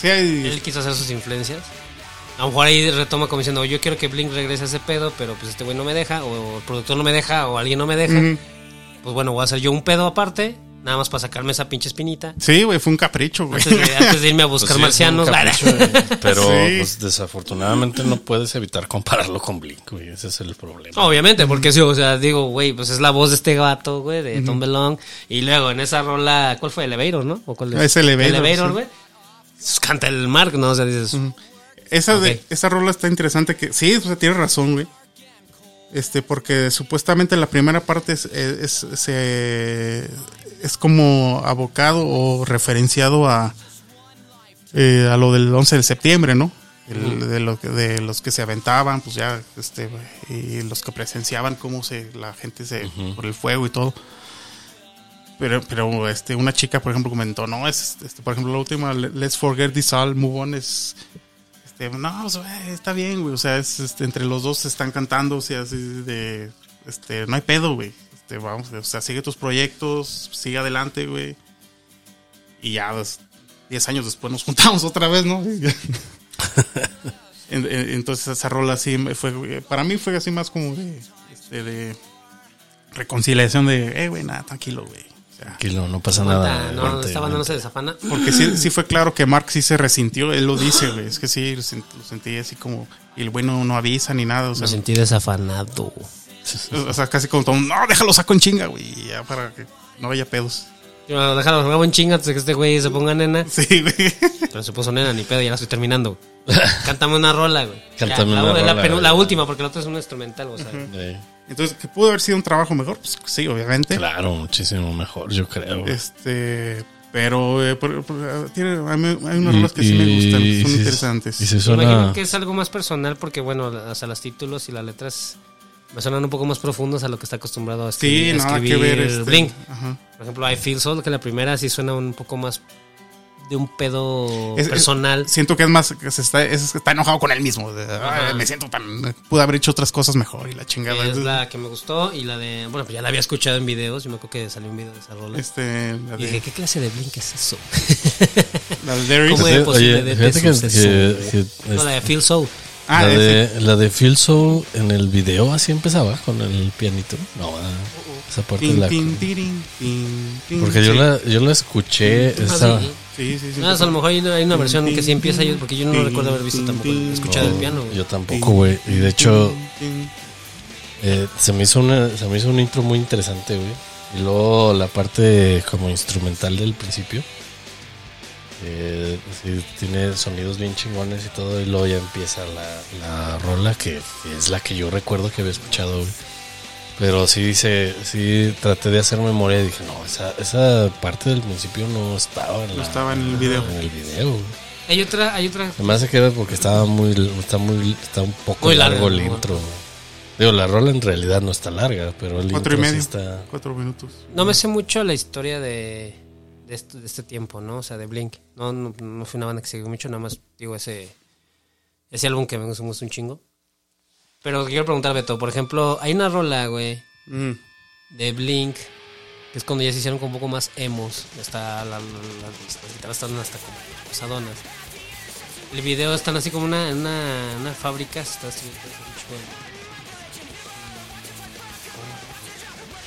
B: Sí, hay-
A: Él quiso hacer sus influencias. A lo mejor ahí retoma como diciendo, yo quiero que Blink regrese a ese pedo, pero pues este güey no me deja, o el productor no me deja, o alguien no me deja.
B: Ujú.
A: pues bueno, voy a hacer yo un pedo aparte, nada más para sacarme esa pinche espinita.
B: Sí, güey, fue un capricho, güey.
A: Antes de, antes de irme a buscar
C: Pues sí, es un
A: marcianos.
C: capricho, eh, pero
B: Sí.
C: pues, desafortunadamente no puedes evitar compararlo con Blink, güey. Ese es el problema.
A: Obviamente, porque sí, o sea, digo, güey, pues es la voz de este gato, güey, de Tom Belong. Y luego en esa rola, ¿cuál fue? Elevator, ¿no? ¿O cuál
B: Es Elevator, sí.
A: güey. Pues Canta el Mark, ¿no? O sea, dices,
B: Esa, de,
A: Ok.
B: esa rola está interesante que... Sí, o sea, tienes razón, güey. Este, porque supuestamente la primera parte es, eh, es, se- es como abocado o referenciado a, eh, a lo del 11 de septiembre, ¿no? El- de, lo que- de los que se aventaban, pues ya, este, y los que presenciaban cómo se, la gente se, por el fuego y todo. Pero, pero este, una chica, por ejemplo, comentó, no, es, este, por ejemplo, la última, le- Let's Forget This All, Move On, es, este, no, pues, güey, está bien, güey, o sea, es, este, entre los dos se están cantando, o sea, así de, este, no hay pedo, güey, este, vamos, o sea, sigue tus proyectos, sigue adelante, güey, y ya, pues, 10 años después nos juntamos otra vez, ¿no? En- en- Entonces esa rola así me fue, para mí fue así más como de, este, de reconciliación de, eh, güey, nada, tranquilo, güey. O sea,
C: Tranquilo, no pasa nada.
A: "Aguanta, no,
C: aguante,
A: esta banda no se
C: aguante.
A: desafana.
B: porque sí, sí fue claro que Mark sí se resintió, él lo dice, güey, es que sí, lo, sent- lo sentí así como, y el güey no, no avisa ni nada, o sea,
A: Me sentí desafanado.
B: o sea, casi como, todo, no, déjalo saco en chinga, güey, y ya para que no haya pedos.
A: Yo, déjalo, me hago un chinga antes de que este güey se ponga nena.
B: Sí, güey.
A: Pero se puso nena, ni pedo, ya la estoy terminando. Cántame una rola, güey. Ya,
C: Cántame
A: la,
C: una
A: la
C: rola,
A: penu-
C: güey.
A: la última, porque la otra es un instrumental, o sea.
C: Eh,
B: Entonces, que pudo haber sido un trabajo mejor, pues sí, obviamente.
C: claro, muchísimo mejor, yo creo. güey.
B: Este, pero eh, por- por- tiene, hay, hay unas
C: Y-
B: rolas que sí me
C: y-
B: gustan,
C: y
B: son
C: se-
B: interesantes.
C: Y se
A: Me
C: suena.
A: imagino que es algo más personal porque, bueno, hasta los títulos y las letras me sonan un poco más profundos a lo que está acostumbrado a
B: sí,
A: escribir, a
B: nada que
A: escribir
B: ver. Este,
A: Blink.
B: ajá.
A: Por ejemplo, I Feel Soul, que la primera sí suena un poco más de un pedo
B: Es- es-
A: personal.
B: Siento que es más, que se está, es- está enojado con él mismo. de, "Ay, me siento tan. Pude haber hecho otras cosas mejor y la chingada.
A: es la que me gustó y la de. Bueno, pues ya la había escuchado en videos. Yo me acuerdo que salió un video de esa rola.
B: Este, la
A: Y dije,
B: de,
A: ¿qué clase de Blink es eso?
B: la de Darius.
A: ¿Cómo era
C: Oye,
A: posible de
C: fíjate
A: este
C: que-
A: suceso,
C: que-
A: güey?
C: que-
A: No, la de Feel Soul.
B: Ah,
C: la,
B: ese.
C: de, la de Feel So en el video así empezaba con el pianito. No, ah, esa parte
B: Tin,
C: la.
B: tin, tirin, tin, tin.
C: Porque yo
B: Sí.
C: la, yo la escuché. Esa,
A: Ah, sí.
B: Sí, sí, sí.
A: No, es Ah, a lo mejor hay una, hay una versión que sí empieza yo, porque yo no recuerdo haber visto tampoco, escuchado el
C: no,
A: piano. güey.
C: Oh, Yo tampoco, güey. Y de hecho, eh, se, me hizo una, se me hizo un intro muy interesante, güey. Y luego la parte como instrumental del principio. Eh, sí, tiene sonidos bien chingones y todo. Y luego ya empieza la, la rola, que es la que yo recuerdo que había escuchado, güey. Pero sí dice, sí traté de hacer memoria y dije, no, esa, esa parte del principio no estaba en,
B: No
C: la-
B: estaba en el video.
C: En el video, güey.
A: Hay otra, hay otra.
C: Se me hace que era porque estaba muy, está muy, está un poco
A: Muy largo,
C: largo, el
A: ¿no?
C: intro. güey. Digo, la rola en realidad no está larga, pero el
B: Cuatro y
C: intro sí
B: medio.
C: está.
B: Cuatro minutos.
A: No me sé mucho la historia de, de, esto- de este tiempo, ¿no? O sea, de Blink. No, no, no fue una banda que seguí mucho, nada más digo ese, ese álbum que me gusta un chingo. Pero quiero preguntar, Beto, por ejemplo, hay una rola, güey,
B: Mm.
A: de Blink, que es cuando ya se hicieron como un poco más emos. Está la- la- las, las guitarras están hasta como posadonas. El video están así como una, en una, una fábrica. se Está haciendo todo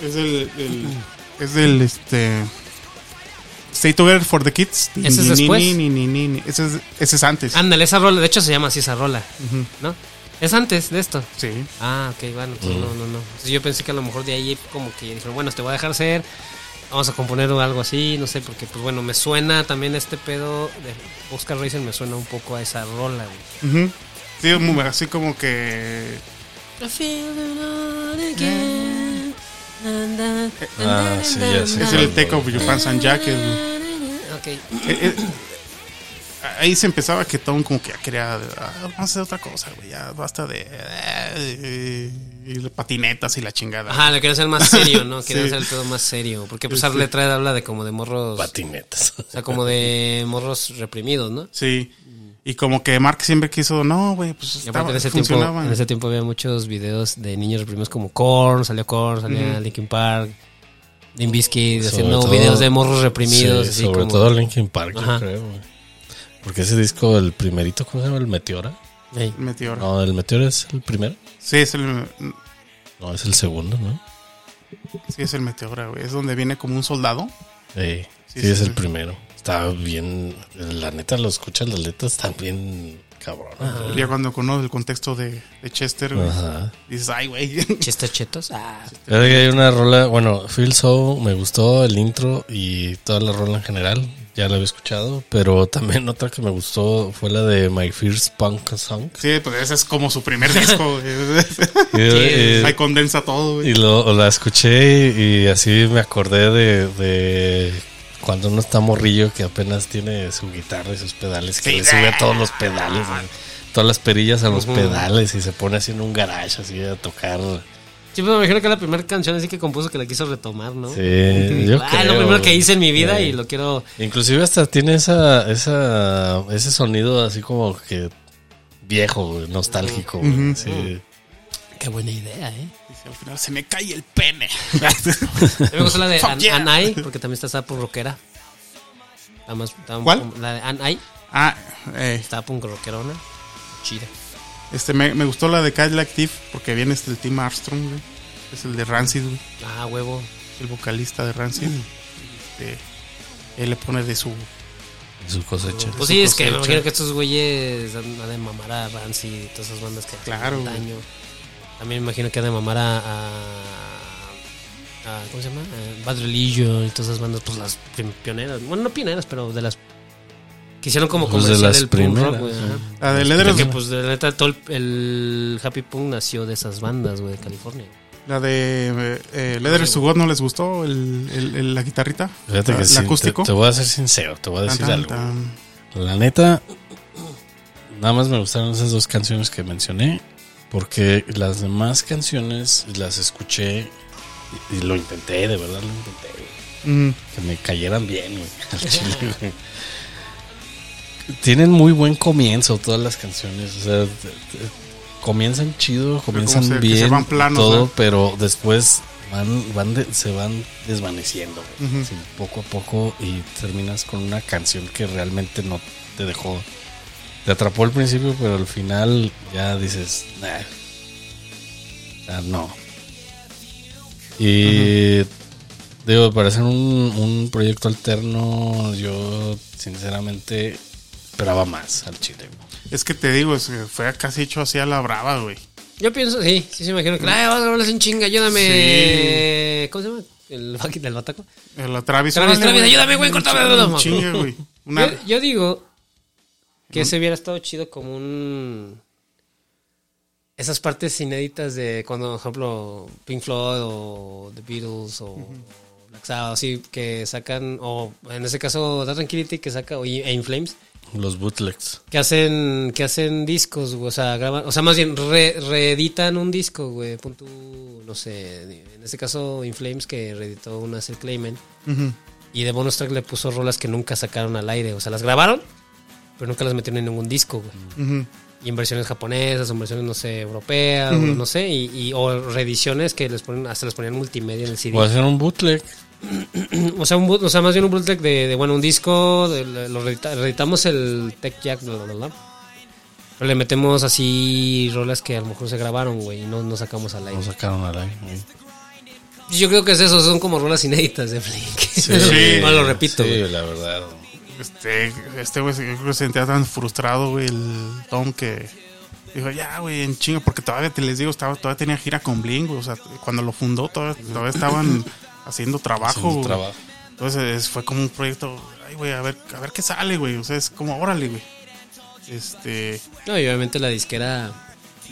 A: ese pinche pedo.
B: Es del, del- es del este Stay Together for the Kids.
A: ¿Ese es después? Ah,
B: Ni, ni, ni, ni. Ese es, ese es antes.
A: Ándale, esa rola, de hecho se llama así esa rola,
B: Ujú.
A: ¿no? Es antes de esto.
B: Sí.
A: Ah, ok, bueno, entonces
B: Mm.
A: no, no, no. Entonces yo pensé que a lo mejor de ahí como que dijeron, bueno, te voy a dejar ser, vamos a componer algo así, no sé, porque pues bueno, me suena también este pedo de Oscar Racing, me suena un poco a esa rola, güey.
B: Ujú. Sí, es muy- así como que
C: Ah, sí, ya sé.
B: es el Take of Your Pants and Jacket.
A: Ah.
B: güey.
A: Ok.
B: Eh, eh, ahí se empezaba que Tom como que ya quería ah, vamos a hacer otra cosa, güey, ya basta de eh, y las patinetas y la chingada.
A: Ajá, lo quieren hacer más serio, ¿no? Quieren
B: Sí.
A: hacer el pedo más serio. Porque pues
B: Sí.
A: la letra habla de como de morros. O
C: Patinetas.
A: sea, como de morros reprimidos, ¿no?
B: Sí. Y como que Mark siempre quiso, no, güey, pues
A: Y aparte
B: estaba,
A: en ese, tiempo,
B: funcionaban.
A: en ese tiempo había muchos videos de niños reprimidos como Korn, salió Korn, salía Linkin Park, Limp Bizkit,
C: Sobre
A: haciendo
C: todo-
A: videos de morros reprimidos.
C: Sí,
A: así
C: sobre
A: como-
C: todo Linkin Park,
A: Ajá.
C: yo creo, güey. Porque ese disco, el primerito, ¿cómo se llama? ¿El Meteora?
A: Ey.
B: El meteoro.
C: No, el Meteora es el primero.
B: Sí, es el,
C: No, es el segundo, ¿no?
B: sí, es el meteoro, güey. Es donde viene como un soldado.
C: Sí, sí,
B: sí,
C: es
B: sí.
C: el primero. Está bien. La neta, lo escuchas, las letras están bien cabrón.
A: Ah.
B: Ya cuando conoces el contexto de, de Chester, güey,
C: Ajá.
B: dices, ay, güey.
A: Chistes chetos. Ah,
C: Fíjate que hay una rola, bueno, Feel So me gustó el intro y toda la rola en general, ya la había escuchado, pero también otra que me gustó fue la de My First Punk Song.
B: Sí, pues ese es como su primer disco, güey.
C: Y, eh,
B: Ahí condensa todo, güey.
C: y lo- la escuché y, y así me acordé de, de cuando uno está morrillo que apenas tiene su guitarra y sus pedales, que
B: Sí,
C: le sube a todos los pedales, güey, todas las perillas a los pedales y se pone así en un garage así a tocar.
A: sí, pero me imagino que la primera canción así que compuso que la quiso retomar, ¿no?
C: Sí, yo
A: ah,
C: creo,
A: lo primero que
C: güey.
A: hice en mi vida
C: Sí.
A: y lo quiero.
C: Inclusive hasta tiene esa, esa ese sonido así como que viejo, güey, nostálgico. güey, sí.
A: Qué buena idea, ¿eh?
B: Dice, al final se me cae el pene.
A: A mí me gusta la de
B: Fuck
A: An
B: yeah.
A: Anai, porque también está esa punk rockera. Está más- está un
B: ¿Cuál?
A: poco- La de Anai,
B: ah, eh,
A: está punk rockerona. Chida.
B: este, me, me gustó la de Cadillac Thief porque viene este, el Tim Armstrong, güey. Es el de Rancid, güey.
A: Ah, huevo.
B: El vocalista de Rancid.
A: Mm.
B: Este, él le pone de su
C: Su cosecha.
A: Pues sí, es que me imagino que estos güeyes han han de mamar a Vance y todas esas bandas que
B: Claro,
A: hacen
B: güey.
A: daño. También me imagino que han de mamar a, a- a- ¿Cómo se llama? A Bad Religion y todas esas bandas, pues las prim- pioneras. Bueno, no pioneras, pero de las. Que hicieron como
C: Pues de
A: comercial
C: las
A: del punk rock,
C: primeras,
A: güey.
C: sí.
A: ajá.
B: La
C: Este,
B: de
A: Creo
B: Leather,
A: que, pues, de la neta, todo el, el Happy Punk nació de esas bandas, güey, de California.
B: la de eh, eh, Leather to God no les gustó el, el- el- la guitarrita,
C: Fíjate
B: la-
C: que
B: el
C: sí, te-
B: acústico.
C: Te, voy a ser sincero, te voy a
B: Tan,
C: decir
B: tan,
C: algo.
B: tan.
C: La neta, nada más me gustaron esas dos canciones que mencioné, porque las demás canciones las escuché y, y lo intenté, de verdad lo intenté. güey.
B: Mm,
C: Que me cayeran bien, güey, al chile, güey. tienen muy buen comienzo todas las canciones. O sea, te- te- comienzan chido, comienzan
B: como se- que se
C: bien,
B: van planos,
C: todo,
B: ¿no?
C: pero después van, van de- se van desvaneciendo güey.
B: Ujú.
C: Sí, poco a poco y terminas con una canción que realmente no te dejó. Te atrapó al principio, pero al final ya dices, "Nah". Ah, no. Y digo, para hacer un, un proyecto alterno, yo sinceramente esperaba más al chile. güey.
B: Es que te digo, es que fue casi hecho así a la brava, güey.
A: Yo pienso, sí, sí, se me imagino que, ay, vamos a grabarlo sin chinga, ayúdame. ¿Cómo se llama? El Bucky del Bataco.
B: Eh, La Travis.
A: Travis,
B: órale,
A: Travis, ayúdame, güey, córtame, ¿Eh?
B: Chinga,
A: no,
B: Chinga, güey. Una-
A: Yo, yo digo que se hubiera estado chido como un. Esas partes inéditas de cuando, por ejemplo, Pink Floyd o The Beatles o Black Sabbath, así que sacan, o en este caso, Da Tranquility que saca, o In Flames,
C: Los bootlegs.
A: que hacen, que hacen discos, güey, o sea, graban, o sea, más bien re- reeditan un disco, güey, pon tú, no sé, en este caso In Flames que reeditó una Seth Clayman
B: Ujú.
A: y de bonus track le puso rolas que nunca sacaron al aire, o sea, las grabaron, pero nunca las metieron en ningún disco, güey.
B: Ujú.
A: Y en versiones japonesas, o en versiones, no sé, europeas, o
B: Ujú.
A: no sé, y, y- o reediciones que les ponen, hasta les ponían multimedia en el CD.
C: O hacer un bootleg.
A: O sea, un, boot- o sea, más bien un bootleg de, de, bueno, un disco, de- lo reedita- reeditamos el Tech Jack, bla, bla, bla. Pero le metemos así rolas que a lo mejor se grabaron, güey, y no, no sacamos al
C: No
A: aire.
C: sacaron al aire. güey.
A: Yo creo que es eso, son como rolas inéditas de Flink.
B: Sí.
A: no lo repito,
C: Sí,
A: güey.
C: la verdad.
B: Este, este güey, se- yo creo que se sentía tan frustrado, güey, el Tom que dijo, ya, güey, en chinga, porque todavía te les digo, estaba, todavía tenía gira con Bling, güey, o sea, cuando lo fundó, todavía, todavía estaban haciendo trabajo,
C: Haciendo
B: güey.
C: trabajo.
B: Entonces es- fue como un proyecto, ay, güey, a ver, a ver qué sale, güey, o sea, es como, órale, güey. Este,
A: No, y obviamente la disquera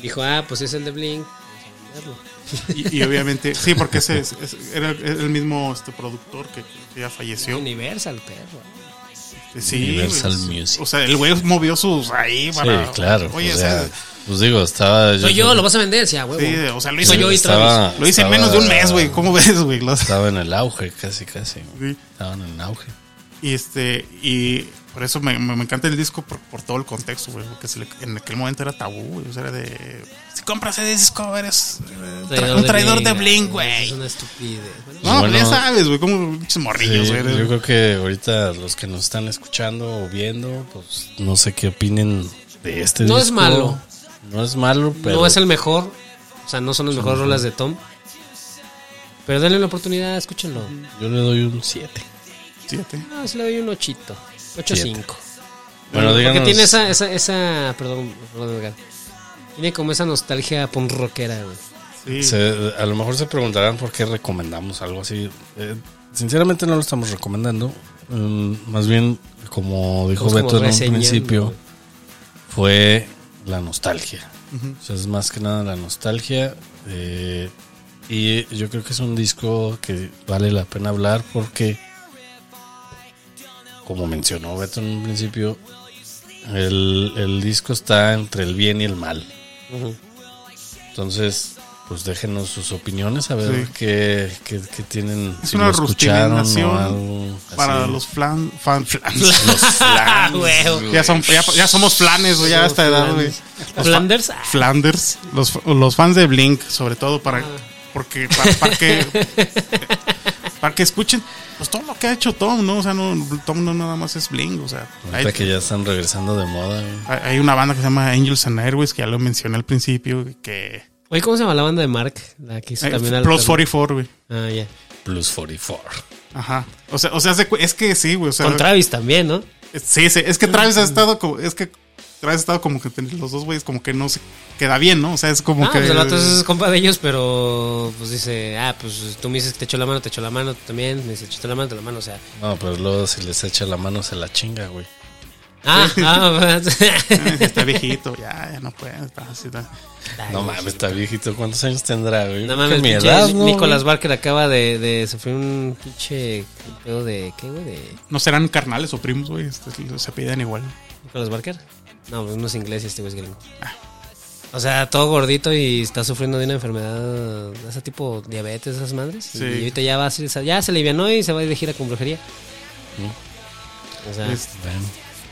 A: dijo, ah, pues es el de Blink. vamos a venderlo".
B: y, y obviamente, sí, porque ese, es- es- era el- el mismo este productor que, que ya falleció.
A: Universal, perro.
B: Sí,
C: Universal
B: güey,
C: Music.
B: O sea, el güey movió sus ahí para.
C: sí, claro.
B: Oye,
C: o
B: o
C: sea,
B: sea,
C: pues digo, estaba.
A: Soy yo, lo vas a vender, sí, a huevo.
B: Sí, o sea, lo hizo
A: Soy yo y
C: Estaba-
B: Lo hice en menos de un mes, güey. ¿Cómo ves, güey? Lo-
C: Estaba en el auge, casi, casi. güey.
B: Sí.
C: Estaban en el auge.
B: Y este, y por eso me, me- me encanta el disco por, por todo el contexto, güey. Porque se le- en aquel momento era tabú, güey. O sea, era de. Si compras ese disco, eres eh, tra- un traidor de
A: Blink,
B: Blink,
A: Es
B: güey.
A: una estupidez. Bueno,
B: No,
C: Bueno.
B: pero ya sabes, güey, como pinches morrillos,
C: Sí,
B: güey.
C: yo creo que ahorita los que nos están escuchando o viendo, pues no sé qué opinen de este
A: No es
C: disco.
A: malo.
C: No es malo, pero
A: no es el mejor. O sea, no son las mejores rolas de Tom. Pero denle la oportunidad, escúchenlo.
C: yo le doy un 7.
B: Siete.
A: Ah, sí le doy un ochito. Ocho
C: Siete.
A: cinco.
C: Bueno,
A: Porque
C: díganos.
A: tiene esa, esa, esa, perdón, perdón, Edgar. Tiene como esa nostalgia punk rockera, güey.
B: Sí.
C: se- a lo mejor se preguntarán por qué recomendamos algo así. Eh, sinceramente no lo estamos recomendando. Mm, más bien, como dijo
A: Estamos como
C: Beto en un
A: reseñando,
C: principio,
A: güey.
C: fue la nostalgia.
B: Ujú.
C: O sea, es más que nada la nostalgia. eh, y yo creo que es un disco que vale la pena hablar porque, como mencionó Beto en un principio, el, el disco está entre el bien y el mal.
A: Ujú.
C: Entonces, pues déjenos sus opiniones a ver
B: Sí.
C: qué, qué- qué tienen.
B: Es una
C: lo
B: rustinación
C: algo
B: Para
C: así.
B: los flan, fan, flans.
C: Los
A: Ah,
C: flans,
A: güey.
C: güey.
B: Ya, son, ya, ya somos flanes, güey, ya a esta edad, güey. Los fa-
A: Flanders. ah,
B: Flanders, los, los fans de Blink, sobre todo para porque para, para que para que escuchen pues todo lo que ha hecho Tom, ¿no? O sea, no, Tom no nada más es Blink, o sea, hay,
C: Ahorita que ya están regresando de moda. güey.
B: hay- hay una banda que se llama Angels and Airways que ya lo mencioné al principio que
A: Oye, ¿cómo se llama la banda de Mark? La que hizo
B: eh,
A: también al-
B: Plus 44, güey.
A: Ah, ya.
C: Plus 44.
B: Ajá. O sea, o sea, se cu- es que sí, güey, o sea,
A: Con Travis también, ¿no?
B: sí, sí, es que Travis ha estado como es que Travis ha estado como que ten- los dos güeyes como que no se queda bien, ¿no? O sea, es como
A: ah,
B: que
A: pues el vato es compa de ellos, pero pues dice, ah, pues tú me dices que te echo la mano, te echo la mano, tú también, me dice, echaste la mano, te la mano, o sea.
C: No, pero luego si les echa la mano se la chinga, güey.
A: Ah, ah,
B: "Ay, "Eh, está viejito, ya, ya no puede, está así, está-
C: No mames, está viejito. ¿Cuántos años tendrá, güey?
A: No
C: Creo que
A: mames,
C: mi
A: pinche
C: edad, ¿no?
A: Nicolás Barker acaba de, de sufrir un pinche pedo de, ¿qué, güey? De
B: no serán carnales o primos, güey, este, se piden igual.
A: Nicolás Barker. No, pues no es inglés y este güey es gringo.
B: Ah.
A: O sea, todo gordito y está sufriendo de una enfermedad, ese tipo diabetes, esas madres.
B: Sí.
A: Y ahorita ya va a ser- ya se alivianó y se va a ir de gira con brujería.
C: Mm.
A: O sea,
B: Es-
C: Bueno,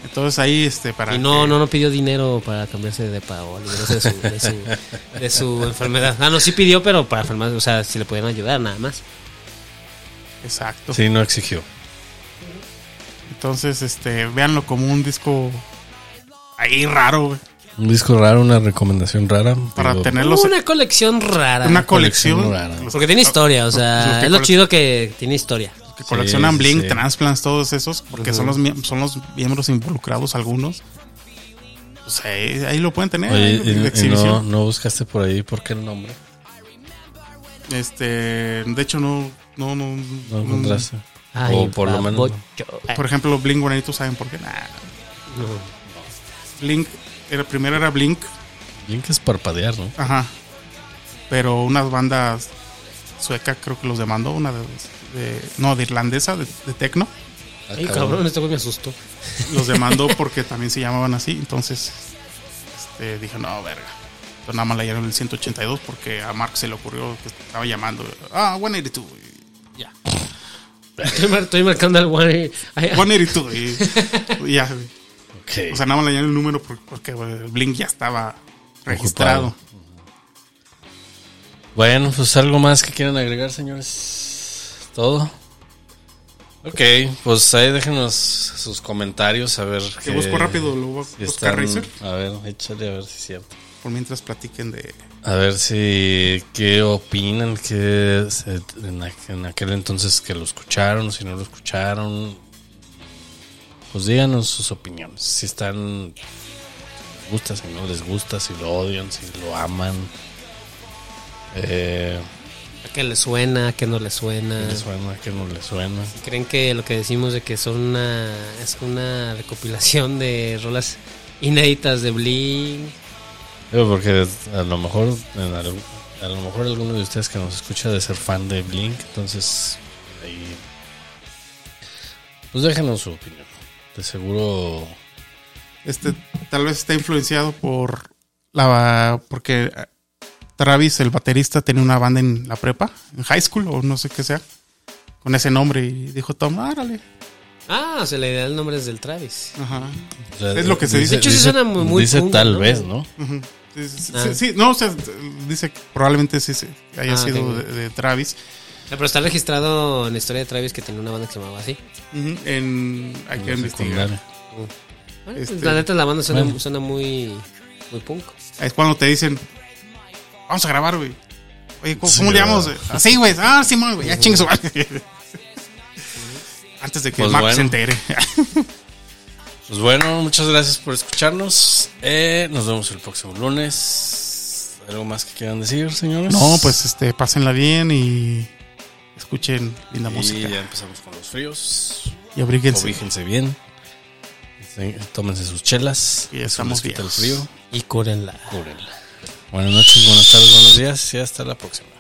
B: Entonces ahí, este, para.
A: Y no,
B: que-
A: no, no pidió dinero para cambiarse de depa o liberarse de su, de su- de su enfermedad. Ah, no, sí pidió, pero para enfermar, o sea, si le podían ayudar nada más.
B: Exacto.
C: Sí, no exigió.
B: Entonces, este, véanlo como un disco ahí raro, güey.
C: Un disco raro, una recomendación rara.
B: Para
C: digo,
B: tenerlos.
A: Una colección rara.
B: Una Ah, colección.
C: colección rara.
B: Los-
A: porque tiene historia, o sea,
B: los que
A: es lo
B: cole-
A: chido que tiene historia.
B: los Que coleccionan
C: Sí, sí,
B: Blink,
C: sí.
B: Transplants, todos esos, porque son, los, mie- son los miembros involucrados algunos. Pues ahí, ahí lo pueden tener.
C: Oye,
B: ahí, eh, de
C: y- y no,
B: exhibición.
C: no buscaste por ahí por qué el nombre.
B: Este, de hecho, no. No, no,
C: No
B: no- Eh.
C: encontraste.
A: Ay, ah,
C: o por lo menos.
A: babocho. Ay,
B: Por ejemplo, Blink Guanito, ¿saben por qué? Nah.
A: no.
B: Blink, era, primero era Blink,
C: Blink es parpadear, ¿no?
B: Ajá. Pero unas bandas sueca creo que los demandó, una de, de- no, de irlandesa, de, de tecno,
C: Ah,
A: Ay, cabrón, este güey me asustó.
B: los demandó porque también se llamaban así, entonces este, dije, no, verga. Entonces nada más la dieron el 182 porque a Mark se le ocurrió que estaba llamando, ah, 182, y ya,
A: Estoy, mar- estoy marcando al one. Ay, ay.
B: 182, y, y ya.
C: Ok.
B: O sea, nada más le dieron el número por- porque el Blink ya estaba registrado.
C: Bueno, pues algo más que quieran agregar, señores. Todo. Ok, pues ahí déjenos sus comentarios a ver.
B: Te
C: qué-
B: busco rápido, lo voy a
C: si
B: buscar
C: están-
B: Razer,
C: A ver, échale a ver si es cierto.
B: por mientras platiquen de...
C: A ver si qué opinan, que en, aqu- en aquel entonces que lo escucharon, si no lo escucharon, pues díganos sus opiniones. Si están, les gusta, si no les gusta, si lo odian, si lo aman. Eh,
A: ¿A qué le suena? ¿A qué no le
C: ¿qué
A: suena?
C: les suena, que no les suena.
A: ¿Creen que lo que decimos de que son una, es una recopilación de rolas inéditas de Blink?
C: Digo, porque a lo mejor, en al- a lo mejor alguno de ustedes que nos escucha de ser fan de Blink, entonces ahí, pues déjenos su opinión. De seguro
B: este tal vez está influenciado por la porque eh, Travis el baterista tenía una banda en la prepa en high school o no sé qué sea con ese nombre y dijo Tom árale
A: Ah, o sea, la idea del nombre es del Travis. Ah,
B: ajá
C: O sea,
B: Es lo que se dice. De
A: hecho, sí suena muy- muy
C: Dice
A: punk,
C: tal
A: ¿no?
C: vez, ¿no?
B: ujú. Sí, sí,
A: Ah.
B: sí, sí, no o sea dice que probablemente sí, sí, haya
A: Ah,
B: sido
A: ok.
B: de, de Travis
A: Ah, Pero está registrado en la historia de Travis que tenía una banda que se llamaba así.
B: Ujú, en hay que
C: En la
B: investigar
C: secundaria.
A: Bueno, pues,
B: Este-
A: La neta, la banda suena,
C: Bueno.
A: suena muy, muy punk.
B: es cuando te dicen vamos a grabar güey oye cómo,
C: Sí,
B: cómo le
C: grabar.
B: llamamos así güey ah Simón güey ya chingue su madre. antes de que
C: Pues
B: Mark se
C: bueno.
B: entere
C: Pues bueno, muchas gracias por escucharnos. Eh, nos vemos el próximo lunes. ¿Algo más que quieran decir, señores?
B: No, pues este, pásenla bien y escuchen linda
C: Y
B: música.
C: ya empezamos con los fríos.
B: Y abríguense.
C: Ovíjense bien. Sí, Tómense sus chelas.
B: Y ya
C: Eso
B: estamos
C: les quita el
B: viejos.
C: frío.
A: Y cúrenla.
C: Cúbrenla. Buenas noches, buenas tardes, buenos días y hasta la próxima.